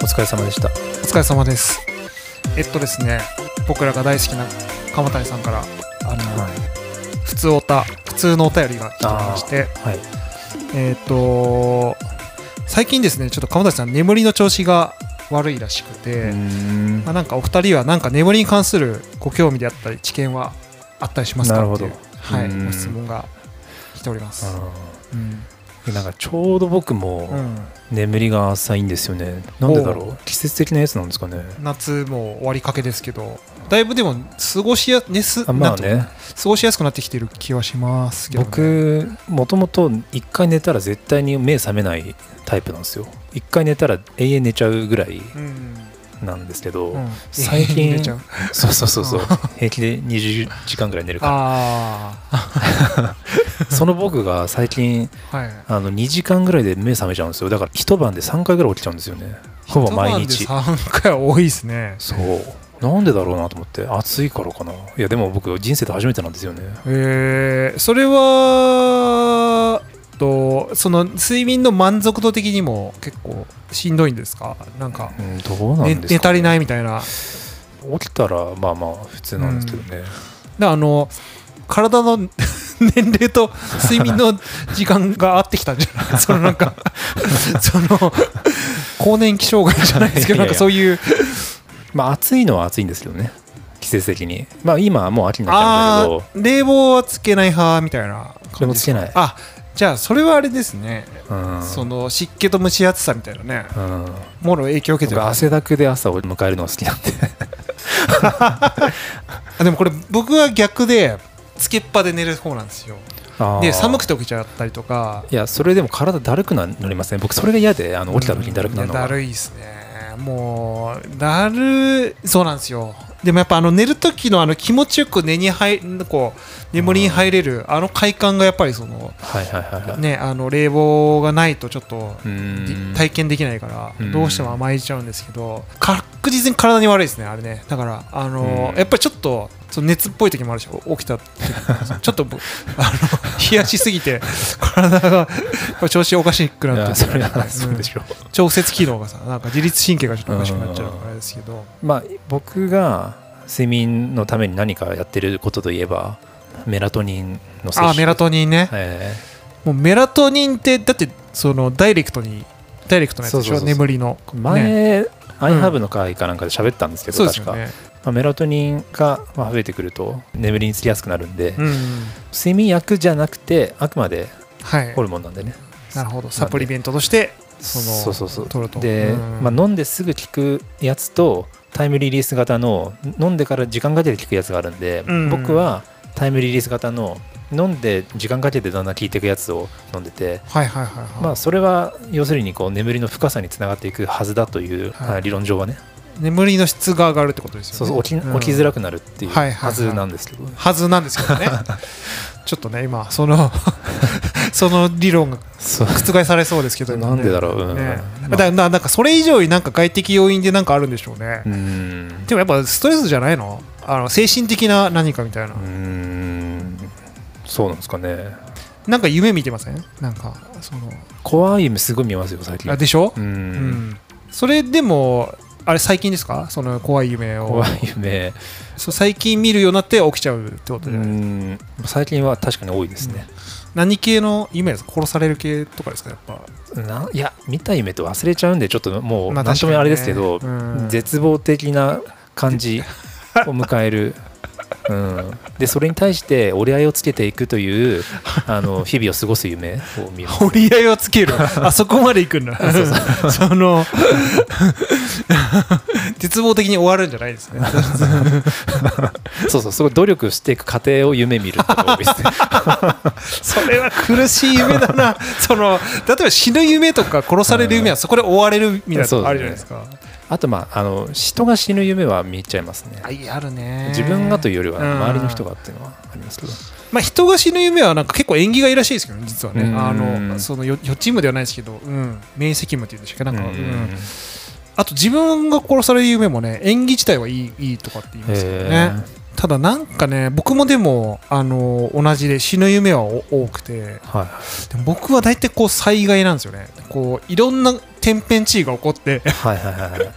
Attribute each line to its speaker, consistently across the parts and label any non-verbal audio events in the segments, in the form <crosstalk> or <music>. Speaker 1: 疲れ様でした。
Speaker 2: お疲れ様ですえっとですね僕らが大好きな鎌谷さんからあの、
Speaker 1: は
Speaker 2: 普通おた普通のお便りが来ておりまして
Speaker 1: い。
Speaker 2: えっと最近ですねちょっと鎌谷さん眠りの調子が悪いらしくて、
Speaker 1: うん
Speaker 2: まあ、なんかお二人はなんか眠りに関するご興味であったり知見はあったりしますか
Speaker 1: なるほ
Speaker 2: って
Speaker 1: ど
Speaker 2: いう、は
Speaker 1: う
Speaker 2: い、
Speaker 1: ん
Speaker 2: ご質問が来ております。うん
Speaker 1: なんかちょうど僕
Speaker 2: う
Speaker 1: も
Speaker 2: ん
Speaker 1: 眠りが浅いんですよね。なんでだろう季節的なやつなんですかね。
Speaker 2: 夏も終わりかけですけどだいぶでも過ごしや、ねす
Speaker 1: あま
Speaker 2: な
Speaker 1: あ
Speaker 2: んて
Speaker 1: ね、
Speaker 2: 過ごしやすくなってきてる気はしますけどね、
Speaker 1: 僕、もともと一回寝たら絶対に目覚めないタイプなんですよ。一回寝たら永遠寝ちゃうぐらい
Speaker 2: うん
Speaker 1: なんですけど、
Speaker 2: うん
Speaker 1: 最近
Speaker 2: 寝ちゃう
Speaker 1: そうそうそうそう、平気で20時間ぐらい寝るか
Speaker 2: あ
Speaker 1: ら、その僕が最近、
Speaker 2: あはい
Speaker 1: あの2時間ぐらいで目覚めちゃうんですよだから一晩で3回ぐらい起きちゃうんですよねほぼ毎日
Speaker 2: 一晩で3回は多いですね
Speaker 1: そうなんでだろうなと思って暑いからかないやでも僕人生で初めてなんですよね
Speaker 2: えー、それはとその睡眠の満足度的にも結構しんどいんですかなんか
Speaker 1: うんどうな
Speaker 2: 寝
Speaker 1: んです
Speaker 2: 寝
Speaker 1: か、
Speaker 2: 足りないいみたいな
Speaker 1: 起きたらまあまあ普通なんですけどね、
Speaker 2: であの体の <laughs> 年齢と睡眠の時間が合ってきたんじゃないそのなんかその
Speaker 1: <laughs>
Speaker 2: 更年期障害じゃないですけど
Speaker 1: いやや
Speaker 2: ないんかそういう
Speaker 1: まあ暑いのは暑いんですけどね季節的にまあ今はもう秋になっちゃ
Speaker 2: あ
Speaker 1: うんだ
Speaker 2: ー冷房はつけない派みたい
Speaker 1: け
Speaker 2: な
Speaker 1: どで
Speaker 2: 感
Speaker 1: も
Speaker 2: じ
Speaker 1: つけない
Speaker 2: あじゃあそれはあれですね、
Speaker 1: うん
Speaker 2: その湿気と蒸し暑さみたいなね
Speaker 1: うん
Speaker 2: もろ影響を受けてる
Speaker 1: 僕汗だくで朝を迎えるのが好き
Speaker 2: <laughs>
Speaker 1: なんで
Speaker 2: あでもこれ僕は逆でつけっぱで寝る方なんですよ
Speaker 1: あー
Speaker 2: で寒くて起きちゃったりとか
Speaker 1: いやそれでも体だるくなりますね僕それが嫌であの起きた時にだるくなるの
Speaker 2: いや
Speaker 1: が、
Speaker 2: だるいですねもうだるそうなんですよでもやっぱあの寝る時のあの気持ちよく寝に入こう眠りに入れるあの快感がやっぱりその
Speaker 1: はいはいはいはい、
Speaker 2: ねあの冷房がないとちょっと
Speaker 1: うーん
Speaker 2: 体験できないか
Speaker 1: う
Speaker 2: ら
Speaker 1: ん
Speaker 2: どうしても甘えちゃうんですけど確実に体に悪いですねあれねだからあの
Speaker 1: うん
Speaker 2: やっぱりちょっとその熱っぽい時もあるしお起き
Speaker 1: <laughs>
Speaker 2: た時ちょっと僕あの冷やしすぎて体がこれ調子おかしく
Speaker 1: い
Speaker 2: なって
Speaker 1: や
Speaker 2: る
Speaker 1: それはそううんでしょう、
Speaker 2: 調節機能がさなんか自律神経がちょっとおかしくなっちゃうからあれですけど
Speaker 1: まあ僕が睡眠のために何かやってることといえばメラトニンの摂取
Speaker 2: あーメラトニンね、
Speaker 1: え
Speaker 2: もうメラトニンってだってそのダイレクトにダイレクトなやつでし
Speaker 1: そう
Speaker 2: ょ
Speaker 1: そうそうそう
Speaker 2: 眠りの
Speaker 1: え前、アイ
Speaker 2: うん
Speaker 1: ハブの会かなんかで喋ったんですけど、
Speaker 2: そうです
Speaker 1: 確か、
Speaker 2: よね
Speaker 1: まあ、メラトニンがまあ増えてくると眠りにつきやすくなるんで、
Speaker 2: うん
Speaker 1: 睡眠薬じゃなくてあくまで
Speaker 2: はい
Speaker 1: ホルモンなんでね
Speaker 2: なるほどサプリメントとしてその
Speaker 1: そうそうそう
Speaker 2: 取ると
Speaker 1: で、
Speaker 2: うん
Speaker 1: まあ、飲んですぐ効くやつとタイムリリース型の飲んでから時間かけて効くやつがあるんで、
Speaker 2: うん
Speaker 1: 僕はタイムリリース型の飲んで時間かけてだんだん効いていくやつを飲んでて、
Speaker 2: はいはいはいはい、
Speaker 1: まあ、それは要するにこう眠りの深さにつながっていくはずだという、
Speaker 2: はい
Speaker 1: あ理論上はね
Speaker 2: 眠りの質が上がるってことですよね
Speaker 1: そうそう起き起き
Speaker 2: うん
Speaker 1: づらくなるっていう
Speaker 2: はいはいはい
Speaker 1: はずなんですけど、
Speaker 2: はずなんですけど
Speaker 1: <laughs>
Speaker 2: ねちょっとね今その <laughs> その理論が
Speaker 1: そう
Speaker 2: 覆されそうですけど、
Speaker 1: なんでだろう、うん
Speaker 2: ね
Speaker 1: ま
Speaker 2: だ
Speaker 1: あ
Speaker 2: からななんかそれ以上になんか外的要因でなんかあるんでしょうね、
Speaker 1: うん
Speaker 2: でもやっぱストレスじゃないのあの精神的な何かみたいな、
Speaker 1: うんそうなんですかね
Speaker 2: なんか夢見てませんなんかその
Speaker 1: 怖い夢すごい見ますよ最近
Speaker 2: あでしょ、
Speaker 1: う
Speaker 2: うん
Speaker 1: ん
Speaker 2: それでもあれ最近ですかその怖い夢を
Speaker 1: 怖い夢
Speaker 2: そう最近見るようになって起きちゃうってこと
Speaker 1: う
Speaker 2: じゃない、
Speaker 1: ん最近は確かに多いですね、
Speaker 2: 何系の夢ですか殺される系とかですかやっぱ
Speaker 1: ないや見た夢と忘れちゃうんでちょっともう
Speaker 2: まあ
Speaker 1: 何とも
Speaker 2: 確かにね
Speaker 1: あれですけど、
Speaker 2: うん
Speaker 1: 絶望的な感じを迎える、うん、でそれに対して折り合いをつけていくというあの日々を過ごす夢を見ます
Speaker 2: 折り合いを
Speaker 1: <laughs>
Speaker 2: つけるあそこまで行くんだ <laughs> その <laughs> 絶望的に終わるんじゃな
Speaker 1: <laughs>
Speaker 2: いですね
Speaker 1: そうそうすごい努力していく過程を夢見ることが多いですね
Speaker 2: それは苦しい夢だ
Speaker 1: <laughs>
Speaker 2: なその例えば死ぬ夢とか殺される夢はそこで終われるみたいな
Speaker 1: そう
Speaker 2: の
Speaker 1: だね
Speaker 2: あるじゃないですか、
Speaker 1: あとまああの人が死ぬ夢は見ちゃいますね
Speaker 2: あいやあるね
Speaker 1: 自分がというよりは
Speaker 2: うん
Speaker 1: 周りの人がっていうのはありますけど
Speaker 2: まあ、人が死ぬ夢はなんか結構縁起がいいらしいですけどね実はね
Speaker 1: うん
Speaker 2: あのその予予知夢ではないですけど、うん、明晰夢っていうんでしたっけなんか、うんあと自分が殺される夢もね演技自体はいいいいとかって言いますけどね
Speaker 1: へ
Speaker 2: ただなんかね僕もでもあの同じで死ぬ夢はお多くて
Speaker 1: はい
Speaker 2: でも僕は大体こう災害なんですよねこういろんな天変地異が起こって
Speaker 1: はいはいはいはい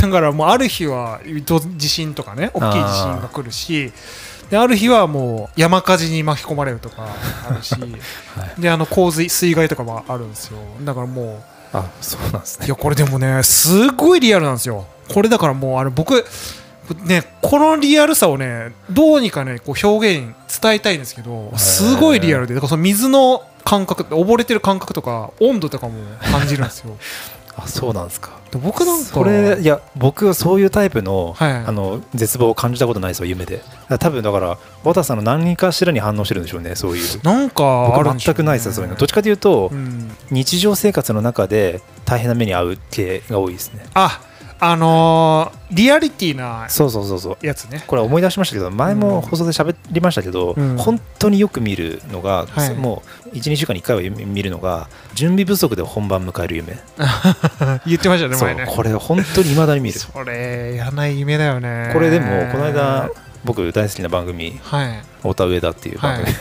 Speaker 2: だからもうある日はど地震とかね大きい地震が来るしである日はもう山火事に巻き込まれるとかある
Speaker 1: <laughs>
Speaker 2: し、であの洪水水害とかもあるんですよだからも
Speaker 1: あそうなんです
Speaker 2: う
Speaker 1: ね
Speaker 2: いやこれでもねすごいリアルなんですよこれだからもうあれ僕ねこのリアルさをねどうにかねこう表現伝えたいんですけどすごいリアルでだからその水の感覚溺れてる感覚とか温度とかも感じるんです
Speaker 1: <laughs>
Speaker 2: よ
Speaker 1: あそうなんですか
Speaker 2: で僕なんか
Speaker 1: これいや僕はそういうタイプの,、
Speaker 2: はい
Speaker 1: あの絶望を感じたことないですよ夢でだから多分だから和田さんの何かしらに反応してるんでしょうねそういう
Speaker 2: なんかある
Speaker 1: 僕
Speaker 2: んでしょ
Speaker 1: 全
Speaker 2: ね
Speaker 1: くないですよそういうのどっちかというと、
Speaker 2: うん
Speaker 1: 日常生活の中で大変な目に遭う系が多いですね
Speaker 2: ああのーリアリティな
Speaker 1: そうそうそうそう
Speaker 2: やつね
Speaker 1: これ思い出しましたけど前も放送で喋りましたけど、
Speaker 2: うん
Speaker 1: 本当によく見るのが、
Speaker 2: はい
Speaker 1: もう12週間に1回は見るのが準備不足で本番迎える夢、
Speaker 2: 言ってましたね
Speaker 1: そ
Speaker 2: 前
Speaker 1: う
Speaker 2: ね
Speaker 1: これ本当に未だに見る
Speaker 2: それやらない夢だよね
Speaker 1: これでもこの間僕大好きな番組
Speaker 2: はい
Speaker 1: 「太田上田」っていう番組、 <laughs>
Speaker 2: はい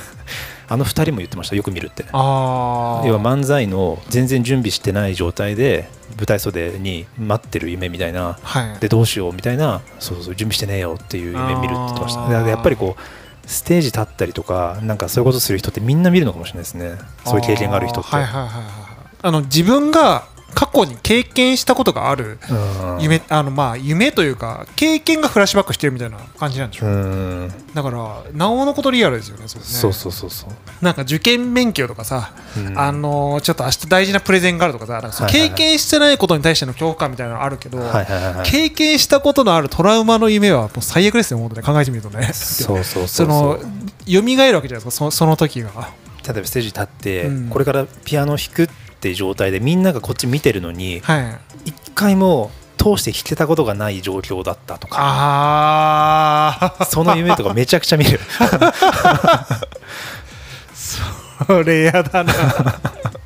Speaker 1: あの2人も言ってましたよく見るって
Speaker 2: ああ
Speaker 1: 要は漫才の全然準備してない状態で舞台袖に待ってる夢みたいな
Speaker 2: はい
Speaker 1: でどうしようみたいなそうそう準備してねえよっていう夢見るって言ってました
Speaker 2: あー
Speaker 1: だからやっぱりこうステージ立ったりとかなんかそういうことする人ってみんな見るのかもしれないですねそういう経験がある人って、
Speaker 2: ーはいはいはいはいあの自分が過去に経験したことがある
Speaker 1: うん
Speaker 2: 夢あのまあ夢というか経験がフラッシュバックしてるみたいな感じなんでしょ
Speaker 1: う
Speaker 2: う、
Speaker 1: ん
Speaker 2: だからなおのことリアルですよねそれね
Speaker 1: そうそうそうそう
Speaker 2: なんか受験勉強とかさ、
Speaker 1: うん
Speaker 2: あのーちょっと明日大事なプレゼンがあるとかさ、なんかそう
Speaker 1: はいはいはい
Speaker 2: 経験してないことに対しての恐怖感みたいなのあるけど、
Speaker 1: はいはいはいはい
Speaker 2: 経験したことのあるトラウマの夢はもう最悪ですよ、本当に考えてみると
Speaker 1: <laughs>
Speaker 2: ね。
Speaker 1: そうそうそそ
Speaker 2: そうの
Speaker 1: う
Speaker 2: 蘇るわけじゃないですか、そその時が。
Speaker 1: 例えばステージ立って、
Speaker 2: うん
Speaker 1: これからピアノ弾くって状態でみんながこっち見てるのに
Speaker 2: はい、
Speaker 1: 一回も通して弾けたことがない状況だったとか
Speaker 2: あー、
Speaker 1: その夢とかめちゃくちゃ見る
Speaker 2: それやだな。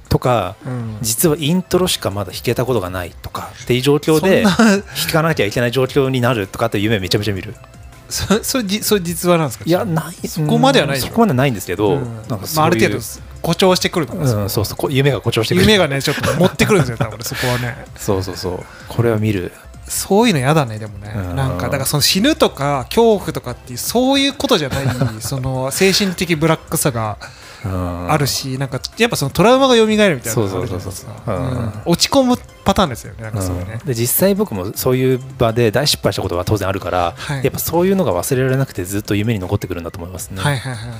Speaker 1: とか
Speaker 2: <laughs> うん
Speaker 1: 実はイントロしかまだ弾けたことがないとかっていう状況で
Speaker 2: そんな
Speaker 1: 弾かなきゃいけない状況になるとかっていう夢めちゃめちゃ見る
Speaker 2: <laughs> そそれじそれ実話なんですか
Speaker 1: いやないそ
Speaker 2: こまではないでしょ
Speaker 1: そこまでないんですけど、
Speaker 2: うん
Speaker 1: なんかそういう、
Speaker 2: まあ、ある程度誇張してくるのかな
Speaker 1: うん、そうそうこう夢が誇張してくる
Speaker 2: 夢がね、ちょっと持ってくるんですよ、多分ねそこはね。
Speaker 1: そうそうそうこれは見る
Speaker 2: そういうの嫌だねでもね
Speaker 1: うん
Speaker 2: なんかだからその死ぬとか恐怖とかっていうそういうことじゃない
Speaker 1: <laughs>
Speaker 2: その精神的ブラックさが
Speaker 1: うん
Speaker 2: あるし、なんかやっぱそのトラウマが蘇るみたいなの
Speaker 1: そう
Speaker 2: が
Speaker 1: そ
Speaker 2: あ
Speaker 1: う
Speaker 2: るじ
Speaker 1: そ
Speaker 2: ゃ
Speaker 1: うそう
Speaker 2: ないです
Speaker 1: うん
Speaker 2: かうん落ち込むパターンですよねなんかそういうね
Speaker 1: うん、で実際僕もそういう場で大失敗したことは当然あるから、
Speaker 2: は
Speaker 1: やっ
Speaker 2: い
Speaker 1: ぱそういうのが忘れられなくてずっと夢に残ってくるんだと思いますね、
Speaker 2: はいはいはいはいはいはい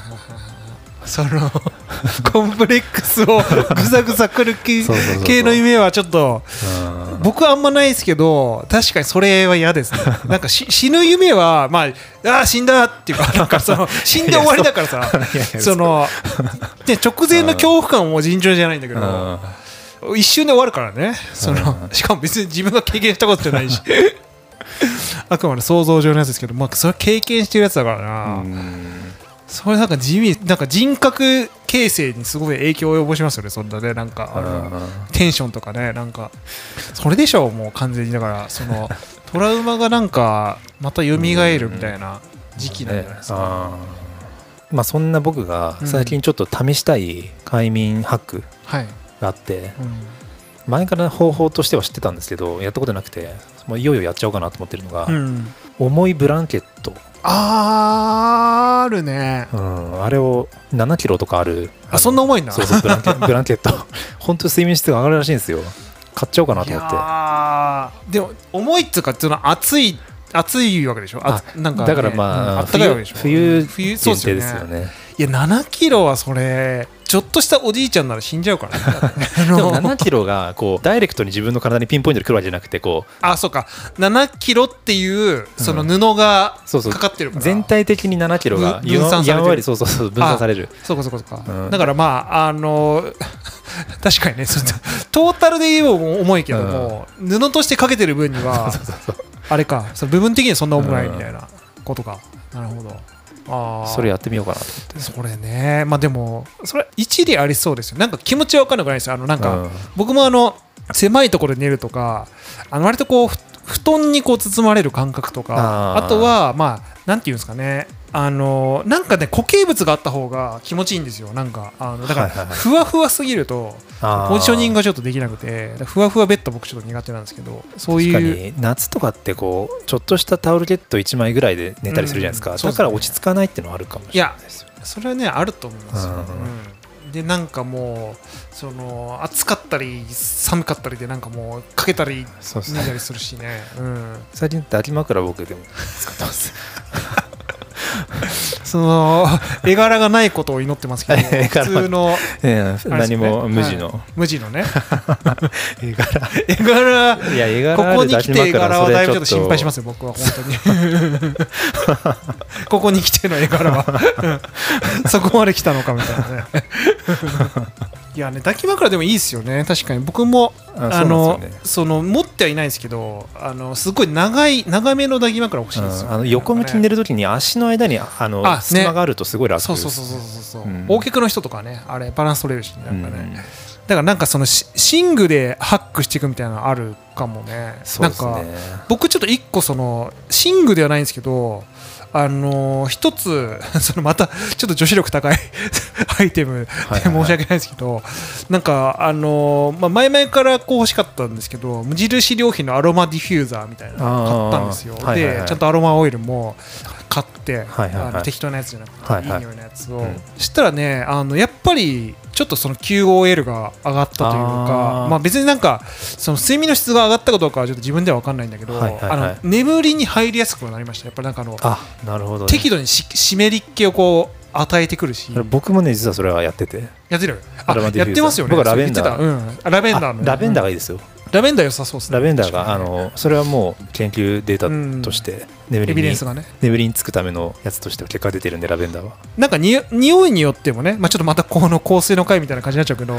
Speaker 2: その <laughs> コンプレックスをぐさぐさくる系
Speaker 1: そうそうそうそう
Speaker 2: 系の夢はちょっと
Speaker 1: うん
Speaker 2: 僕はあんまないですけど確かにそれは嫌です
Speaker 1: <laughs>
Speaker 2: ねなんかし死ぬ夢はまああー死んだっ
Speaker 1: <laughs>
Speaker 2: ていうかなんかその死んで終わりだからさ
Speaker 1: いやいや
Speaker 2: そので直前の恐怖感はもう尋常じゃないんだけど
Speaker 1: うん
Speaker 2: 一瞬で終わるからねそのしかも別に自分が経験したことじゃな
Speaker 1: <laughs>
Speaker 2: いしあくまで想像上のやつですけどまあそれは経験してるやつだからなそれなんか地味なんか人格形成にすごい影響を及ぼしますよねそんなねなんかあの
Speaker 1: うん
Speaker 2: テンションとかねなんかそれでしょうもう完全にだからそ
Speaker 1: <laughs>
Speaker 2: のトラウマがなんかまた蘇るみたいな時期なんじゃないですか、
Speaker 1: あーまあそんな僕が
Speaker 2: うん
Speaker 1: 最近ちょっと試したい快眠ハック
Speaker 2: はい、
Speaker 1: があって
Speaker 2: うん
Speaker 1: 前から方法としては知ってたんですけどやったことなくてもういよいよやっちゃおうかなと思ってるのが、
Speaker 2: うん、
Speaker 1: 重いブランケット、
Speaker 2: あーあるね
Speaker 1: うん、あれを7キロとかある
Speaker 2: あそんな重いんだ
Speaker 1: <laughs> そうそうブラン
Speaker 2: <laughs>
Speaker 1: ケブランケット <laughs> 本当睡眠質が上がるらしいんですよ買っちゃおうかないと思って
Speaker 2: やーでも重いっつうかその暑い暑いわけでしょあ
Speaker 1: あ
Speaker 2: なんか、
Speaker 1: だからまあ、
Speaker 2: うんあったかいわけでしょ
Speaker 1: 冬
Speaker 2: うん
Speaker 1: 冬
Speaker 2: 冬そう
Speaker 1: 限定で
Speaker 2: で
Speaker 1: すす
Speaker 2: よ
Speaker 1: よ
Speaker 2: ね
Speaker 1: ね
Speaker 2: いや7キロはそれちょっとしたおじいちゃんなら死んじゃう
Speaker 1: <laughs>
Speaker 2: からねあ
Speaker 1: で
Speaker 2: の
Speaker 1: も7キロが <laughs> こうダイレクトに自分の体にピンポイントで来るわけじゃなくてこう
Speaker 2: あそうか7キロっていうその布が
Speaker 1: そうそう
Speaker 2: かかってるから、
Speaker 1: 全体的に7キロが
Speaker 2: ぶ分散されてる
Speaker 1: やんわりそうそうそう分散される
Speaker 2: そうかそうかそうか、
Speaker 1: うん
Speaker 2: だからまああの <laughs> 確かにねそのトータルで言えば重いけども、布としてかけてる分
Speaker 1: <laughs>
Speaker 2: にはあれかその部分的にはそんな重くないみたいなことか、なるほどあー
Speaker 1: それやってみようかなと
Speaker 2: それねまあでもそれ一理ありそうですよなんか気持ちは分かんなくないですよあのなんか、
Speaker 1: うん
Speaker 2: 僕もあの狭いところで寝るとかあの割とこうふ布団にこう包まれる感覚とか
Speaker 1: あ
Speaker 2: あ
Speaker 1: ー
Speaker 2: とはまあなんていうんですかねあのなんかね固形物があった方が気持ちいいんですよなんかあのだから
Speaker 1: はいはいはい
Speaker 2: ふわふわすぎると
Speaker 1: あー
Speaker 2: ポジショニングがちょっとできなくてだからふわふわベッド僕ちょっと苦手なんですけどそう
Speaker 1: 確か
Speaker 2: いう
Speaker 1: に夏とかってこうちょっとしたタオルケット1枚ぐらいで寝たりするじゃないですか、
Speaker 2: うんそ
Speaker 1: だ
Speaker 2: うですね
Speaker 1: から落ち着かないってのはあるかもしれないですよ
Speaker 2: それはねあると思いますよ、
Speaker 1: うん
Speaker 2: うんでなんかもうその暑かったり寒かったりでなんかもうかけたり
Speaker 1: そうです
Speaker 2: 脱いだ
Speaker 1: ね
Speaker 2: りするしね、うん、
Speaker 1: 最近抱き枕僕でも使ってます
Speaker 2: その絵柄がないことを祈ってますけど
Speaker 1: 絵柄
Speaker 2: 普通の
Speaker 1: <laughs> ええ
Speaker 2: あれです
Speaker 1: 何
Speaker 2: よね
Speaker 1: も無地の、
Speaker 2: はい無地
Speaker 1: <laughs>
Speaker 2: のね
Speaker 1: 絵柄
Speaker 2: 絵柄
Speaker 1: いや絵
Speaker 2: こ
Speaker 1: 柄あ
Speaker 2: こ
Speaker 1: る
Speaker 2: に
Speaker 1: 抱
Speaker 2: 来
Speaker 1: き
Speaker 2: て絵
Speaker 1: 枕
Speaker 2: 柄
Speaker 1: そ
Speaker 2: は
Speaker 1: れ
Speaker 2: だいぶちょっと心配しますすよ僕は本
Speaker 1: <laughs>
Speaker 2: 当にここに来ての絵
Speaker 1: <laughs>
Speaker 2: 柄はそこまで来たのかみたいなねいやね抱き枕でもいいですよね確かに僕もあ
Speaker 1: あ
Speaker 2: の
Speaker 1: の
Speaker 2: その持ってはいないんですけどあのすごい長い長めの抱き枕欲しいんですよ、
Speaker 1: あの横向きに寝るときに足の間にあの
Speaker 2: あね
Speaker 1: 隙間があるとすごい楽
Speaker 2: そうそうそうそうそうそう、
Speaker 1: うん
Speaker 2: 大きくの人とかねあれバランス取れるしねなんかね、
Speaker 1: うん
Speaker 2: だからなんかそのし寝具でハックしていくみたいなのあるかもね
Speaker 1: そうです
Speaker 2: なんか
Speaker 1: ね
Speaker 2: <laughs> 僕ちょっと一個その寝具ではないんですけどあのー一つ <laughs> そのまたちょっと女子力高い <laughs> アイテムで
Speaker 1: はいはい
Speaker 2: 申し訳ないですけどなんかあのーまあ前々からこう欲しかったんですけど無印良品のアロマディフューザーみたいなのを買ったんですよ
Speaker 1: あーはいはい
Speaker 2: で
Speaker 1: はい
Speaker 2: ちゃんとアロマオイルも買って
Speaker 1: はいはいはい
Speaker 2: あの適当なやつじゃなくて
Speaker 1: はい
Speaker 2: いい
Speaker 1: はい
Speaker 2: 匂いのやつを
Speaker 1: うん
Speaker 2: したらねあのやっぱりちょっとその QOL が上がったというか
Speaker 1: あー
Speaker 2: まあ別になんかその睡眠の質が上がったかどうかはちょっと自分では分かんないんだけど、
Speaker 1: はいはいはい
Speaker 2: あの眠りに入りやすくなりましたやっぱりなんかあの
Speaker 1: あなるほどね
Speaker 2: 適度にし湿りっ気をこう与えてくるし
Speaker 1: 僕もね実はそれはやってて
Speaker 2: やってる
Speaker 1: ア
Speaker 2: あ
Speaker 1: ロマディ
Speaker 2: やっ
Speaker 1: フューザー
Speaker 2: てますよね
Speaker 1: 僕はラベンダー
Speaker 2: そう言ってたうんあラベンダーの
Speaker 1: あラベンダー
Speaker 2: ー、
Speaker 1: がいいですよ
Speaker 2: うんラベンダー良さそうですね
Speaker 1: ラベンダーがあ
Speaker 2: 確かに
Speaker 1: のそれはもう研究データとして眠
Speaker 2: エ
Speaker 1: り
Speaker 2: ビデン
Speaker 1: に
Speaker 2: スがね
Speaker 1: 眠りにつくためのやつとしては結果出てるんでラベンダーは、
Speaker 2: なんかに匂いによってもね、まあ、ちょっとまたこの香水の回みたいな感じになっちゃうけど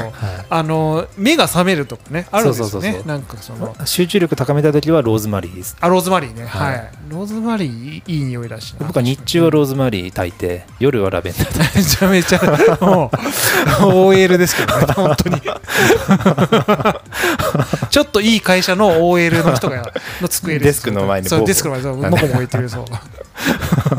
Speaker 2: あの目が覚めるとかねあるんですよね
Speaker 1: そうそうそうそう
Speaker 2: なんかその
Speaker 1: 集中力高めた時はローズマリーです
Speaker 2: あローズマリーねは、
Speaker 1: はいい
Speaker 2: ローズマリーいい匂いだしな
Speaker 1: 僕は日中はローズマリー炊いて夜はラベンダー炊いて
Speaker 2: めちゃめちゃもう OL ですけ
Speaker 1: <laughs>
Speaker 2: どね本当にちょっといい会社の OL の人がの机です
Speaker 1: デスクの前に
Speaker 2: そう
Speaker 1: ボーボー
Speaker 2: デスクの前にそうもこもこ置いてるそう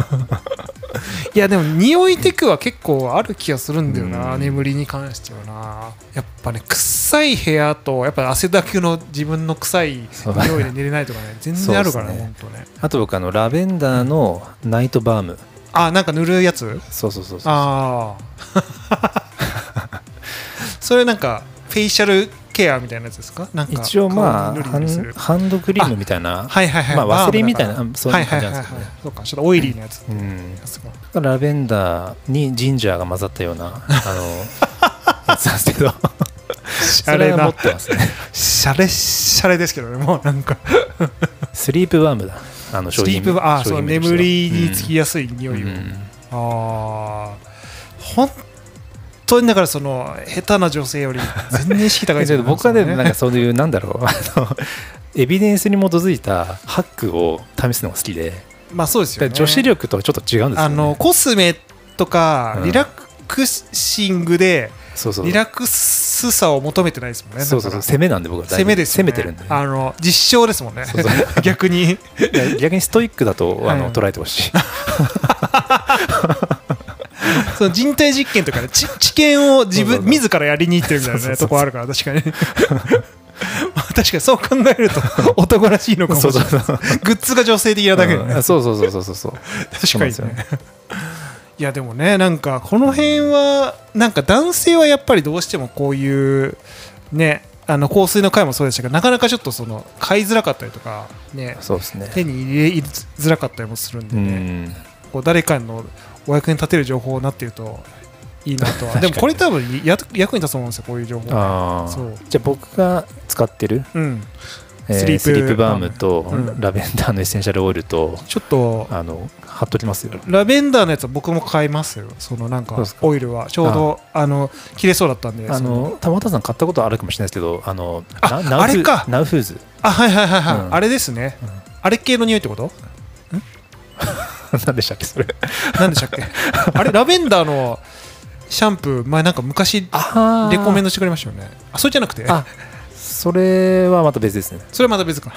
Speaker 2: いやでも匂いテクは結構ある気がするんだよな
Speaker 1: うん
Speaker 2: 眠りに関してはなやっぱね臭い部屋とやっぱ汗だくの自分の臭い匂いで寝れないとかね全然あるからね
Speaker 1: そう
Speaker 2: 本当ね
Speaker 1: あと僕あのラベンダーのナイトバーム
Speaker 2: あなんか塗るやつ
Speaker 1: そうそうそうそう
Speaker 2: ああ <laughs> それなんかフェイシャルケアみたいなやつですかなんか
Speaker 1: 一応まあ
Speaker 2: 顔
Speaker 1: ハ
Speaker 2: に塗り塗りす
Speaker 1: ン
Speaker 2: る
Speaker 1: ハンドクリームみたいな
Speaker 2: はいはいはい
Speaker 1: まあワセリンみたいな
Speaker 2: バームだ
Speaker 1: そう
Speaker 2: から
Speaker 1: いう感じ
Speaker 2: は
Speaker 1: ないん
Speaker 2: はい
Speaker 1: です
Speaker 2: は
Speaker 1: けどね
Speaker 2: いはいそうかちょっとオイリーなやつ
Speaker 1: うん
Speaker 2: あそこ
Speaker 1: ラベンダーにジンジャーが混ざったようなあ
Speaker 2: <laughs>
Speaker 1: のやつなんですけど
Speaker 2: シ
Speaker 1: そ
Speaker 2: ャ
Speaker 1: れ
Speaker 2: レ
Speaker 1: は持
Speaker 2: な
Speaker 1: ってますね
Speaker 2: シャレシャレですけどねもうなんか
Speaker 1: スリープバームだあの
Speaker 2: ス
Speaker 1: <laughs> 商
Speaker 2: リ
Speaker 1: 品
Speaker 2: ープああ
Speaker 1: 商
Speaker 2: そう
Speaker 1: 品名として
Speaker 2: 眠
Speaker 1: は
Speaker 2: りにつきやすい匂いを、ああ本当にだからその下手な女性より全然意識高
Speaker 1: だ <laughs>
Speaker 2: い
Speaker 1: けど僕はね、なんかそういう、なんだろう、あの、エビデンスに基づいたハックを試すのが好きで、
Speaker 2: まあそうです
Speaker 1: だか
Speaker 2: よ
Speaker 1: ら
Speaker 2: ね
Speaker 1: 女子力とはちょっと違うんですよ、ね。
Speaker 2: あのコスメとか
Speaker 1: うん
Speaker 2: リラクシングで
Speaker 1: そうそう
Speaker 2: リラクスさを求めてないですもんね。
Speaker 1: そうそうそう、
Speaker 2: だから
Speaker 1: 攻めなんで僕はだいぶ
Speaker 2: 攻めですよ
Speaker 1: 攻
Speaker 2: ね
Speaker 1: めてるんで。
Speaker 2: あの実証ですもんね。
Speaker 1: そうそ
Speaker 2: <laughs> 逆に
Speaker 1: うだから逆にストイックだと、あの、
Speaker 2: はい
Speaker 1: 捉えてほしい。
Speaker 2: その人体実験とかで知知見を自
Speaker 1: そう
Speaker 2: 分
Speaker 1: そうそ
Speaker 2: 自らやりに行ってるみたいな
Speaker 1: そうそう
Speaker 2: ね
Speaker 1: そう
Speaker 2: とこあるから確かに。 <laughs> まあ確かにそう考えると男らしいのかもし
Speaker 1: そう
Speaker 2: れ
Speaker 1: そ
Speaker 2: な
Speaker 1: う
Speaker 2: い。
Speaker 1: そう。
Speaker 2: グッズが女性的なだけでね。
Speaker 1: うんそうそうそうそうそうそう。
Speaker 2: 確かに
Speaker 1: そうなんで
Speaker 2: ね。いやでもねなんかこの辺はなんか男性はやっぱりどうしてもこういうねあの香水の回もそうでしたけどなかなかちょっとその買いづらかったりとかね
Speaker 1: そうですね。
Speaker 2: 手に入れづらかったりもするんで
Speaker 1: う
Speaker 2: ね、
Speaker 1: ん。
Speaker 2: こう誰かのお役に立てる情報になってるといいな
Speaker 1: <laughs> 確
Speaker 2: とは
Speaker 1: かに
Speaker 2: でもこれ多分や役に立つと思うんですよこういう情報
Speaker 1: ああ
Speaker 2: そう。
Speaker 1: じゃあ僕が使ってる、
Speaker 2: うん
Speaker 1: えー
Speaker 2: ス
Speaker 1: ス
Speaker 2: リー
Speaker 1: リ
Speaker 2: プ
Speaker 1: ープバームと、
Speaker 2: うん
Speaker 1: ラベンダーのエッセンシャルオイルと、
Speaker 2: ちょっと
Speaker 1: あの、貼っときますよ。
Speaker 2: ラベンダーのやつは僕も買いますよそのなんか
Speaker 1: そうですか
Speaker 2: オイルはちょうどあの切れそうだったんで
Speaker 1: あ
Speaker 2: そ
Speaker 1: の玉田さん買ったことあるかもしれないですけどあの
Speaker 2: あ
Speaker 1: なナウ
Speaker 2: あれか
Speaker 1: ナウフーズ <laughs>
Speaker 2: あはいはいはいはい、
Speaker 1: うん
Speaker 2: あれですね、
Speaker 1: うん
Speaker 2: あれ系の匂いってこと
Speaker 1: 何でしたっけそれ
Speaker 2: なんでした
Speaker 1: <laughs>
Speaker 2: っけあれラベンダーのシャンプー前なんか昔
Speaker 1: あ
Speaker 2: レコメン
Speaker 1: ド
Speaker 2: ドしてくれましたよねあそれじゃなくて
Speaker 1: あそれはまた別ですね
Speaker 2: それはまた別か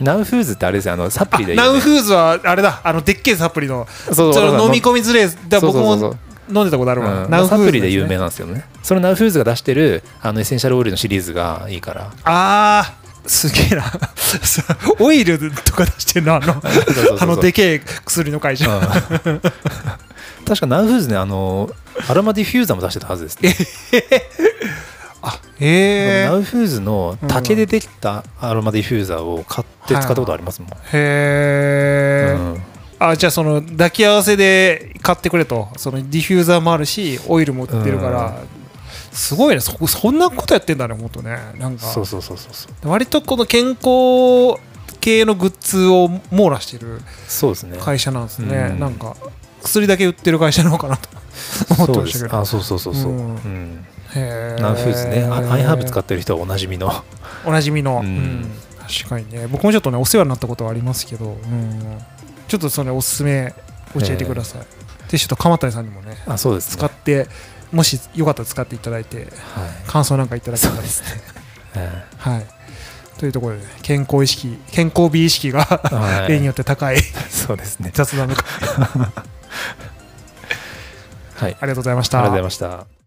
Speaker 1: ナウフーズってあれですよあのサプリで
Speaker 2: ナウ
Speaker 1: ー
Speaker 2: フーズはあれだあのでっけえサプリの
Speaker 1: ズそう
Speaker 2: そ
Speaker 1: そう
Speaker 2: の飲み込みずれだ
Speaker 1: そうそ
Speaker 2: 僕
Speaker 1: うそうそう
Speaker 2: も飲んでたことあるわ、
Speaker 1: うん
Speaker 2: ナウフ
Speaker 1: サ
Speaker 2: ーズ
Speaker 1: プリ
Speaker 2: すね
Speaker 1: で有名なんですよねそのナウフーズが出してるあのエッセンシャルオイルのシリーズがいいから
Speaker 2: あーすげえな <laughs> そうオイルとか出してるのあの
Speaker 1: <laughs> そうそうそう
Speaker 2: あのでけえ薬の会社、
Speaker 1: うん確かナウフーズねあのアロマディフューザーも出してたはずですね、
Speaker 2: へ
Speaker 1: ナ
Speaker 2: ー
Speaker 1: ウフーズの竹でできたアロマディフューザーを買って使ったことありますもん、
Speaker 2: へー
Speaker 1: うん
Speaker 2: あじゃあその抱き合わせで買ってくれとそのディフューザーもあるしオイルも売ってるから、すごいねそこそんなことやってんだね本当ねなんか
Speaker 1: そうそうそうそうそう
Speaker 2: 割とこの健康系のグッズを網羅してる
Speaker 1: そうですね
Speaker 2: 会社なんですね、
Speaker 1: うん
Speaker 2: なんか薬だけ売ってる会社なのかなと思っ
Speaker 1: そ
Speaker 2: て
Speaker 1: う
Speaker 2: ま
Speaker 1: で
Speaker 2: し
Speaker 1: す
Speaker 2: たけど
Speaker 1: あそうそうそうそう、
Speaker 2: う
Speaker 1: うんん
Speaker 2: へー
Speaker 1: ナウフーズねあアイハーブ使ってる人はおなじみの
Speaker 2: おなじみの、
Speaker 1: うん
Speaker 2: うん確かにね僕もちょっとねお世話になったことはありますけど、うんちょっとそのおすすめ教えてください、でちょっと鎌谷さんにもね
Speaker 1: あそうです、
Speaker 2: 使ってもしよかったら使っていただいて
Speaker 1: はい
Speaker 2: 感想なんかいただけたら
Speaker 1: すね、え
Speaker 2: はいというところでね健康意識健康美意識が
Speaker 1: えは
Speaker 2: <laughs> 例によって高い
Speaker 1: い、そうですね
Speaker 2: 雑談の会
Speaker 1: はいあり
Speaker 2: ありがとうございまし
Speaker 1: がと
Speaker 2: た
Speaker 1: うございました